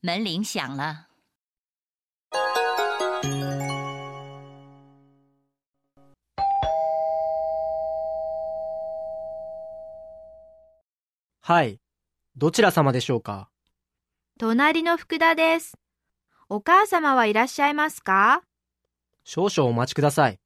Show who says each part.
Speaker 1: 门铃响了。
Speaker 2: はい。どちら様でしょうか
Speaker 3: 隣の福田です。お母様はいらっしゃいますか
Speaker 2: 少々お待ちください。